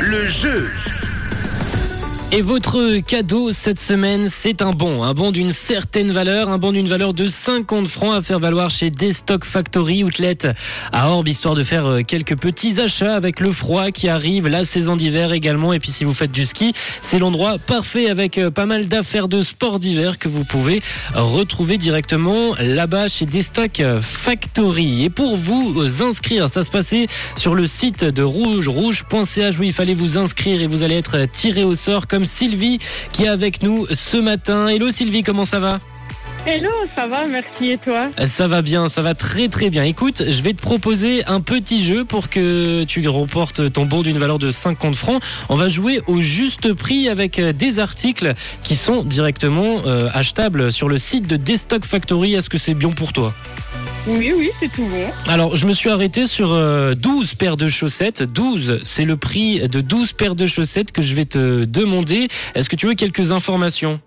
Le jeu. Et votre cadeau cette semaine, c'est un bon. Un bon d'une certaine valeur, un bon d'une valeur de 50 francs à faire valoir chez Destock Factory Outlet à Orbe, histoire de faire euh, quelques petits achats avec le froid qui arrive, la saison d'hiver également. Et puis si vous faites du ski, c'est l'endroit parfait avec euh, pas mal d'affaires de sport d'hiver que vous pouvez retrouver directement là-bas chez Destock Factory. Et pour vous euh, inscrire, ça se passait sur le site de Rouge, rouge.ch. Oui, il fallait vous inscrire et vous allez être tiré au sort comme Sylvie qui est avec nous ce matin. Hello Sylvie, comment ça va Hello, ça va, merci et toi Ça va bien, ça va très très bien. Écoute, je vais te proposer un petit jeu pour que tu remportes ton bon d'une valeur de 50 francs. On va jouer au juste prix avec euh, des articles qui sont directement euh, achetables sur le site de Destock Factory. Est-ce que c'est bien pour toi Oui, oui, c'est tout bon. Alors, je me suis arrêté sur euh, 12 paires de chaussettes. 12, c'est le prix de 12 paires de chaussettes que je vais te demander. Est-ce que tu veux quelques informations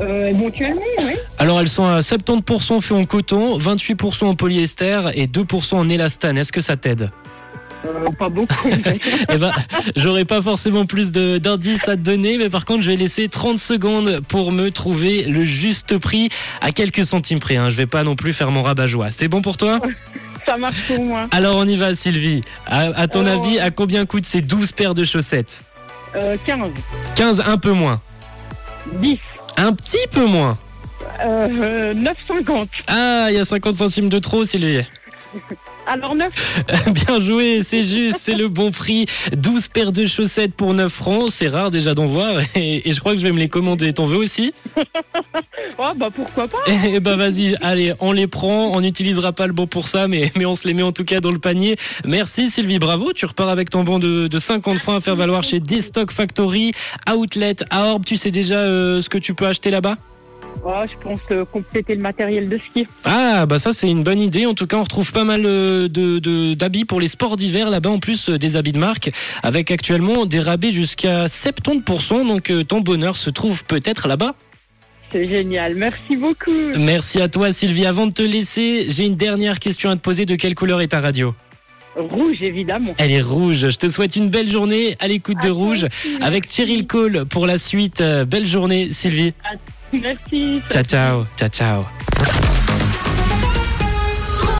Euh, éventuellement, oui. Alors elles sont à 70% fait en coton, 28% en polyester et 2% en élastane. Est-ce que ça t'aide Euh, pas beaucoup. mais- Eh ben, j'aurais pas forcément plus de- d'indices à te donner, mais par contre, je vais laisser 30 secondes pour me trouver le juste prix à quelques centimes près. Hein. Je vais pas non plus faire mon rabat-joie. C'est bon pour toi ça marche pour moi. Alors on y va, Sylvie. À, à ton Alors, avis, à combien coûtent ces 12 paires de chaussettes Euh, 15, 15, un peu moins. 10, Un petit peu moins. euh, euh, 9,50. Ah, il y a 50 centimes de trop, Sylvie. Alors 9, Bien joué, c'est juste, c'est le bon prix. 12 paires de chaussettes pour 9 francs, c'est rare déjà d'en voir et, et je crois que je vais me les commander. T'en veux aussi oh bah pourquoi pas Eh ben vas-y, allez, on les prend, on n'utilisera pas le bon pour ça, mais, mais on se les met en tout cas dans le panier. Merci Sylvie, bravo, tu repars avec ton bon de, de 50 francs à faire valoir chez Destock Factory, Outlet, à Orbe, tu sais déjà euh, ce que tu peux acheter là-bas Oh, Je pense euh, compléter le matériel de ski. Ah bah ça c'est une bonne idée. En tout cas on retrouve pas mal euh, de de- d'habits pour les sports d'hiver là-bas en plus euh, des habits de marque avec actuellement des rabais jusqu'à 70%. Donc euh, ton bonheur se trouve peut-être là-bas. C'est génial, merci beaucoup. Merci à toi Sylvie. Avant de te laisser, j'ai une dernière question à te poser. De quelle couleur est ta radio Rouge, évidemment. Elle est rouge. Je te souhaite une belle journée à l'écoute de Rouge avec Thierry Cole pour la suite. Euh, Belle journée Sylvie. Merci. Ciao ciao ciao ciao.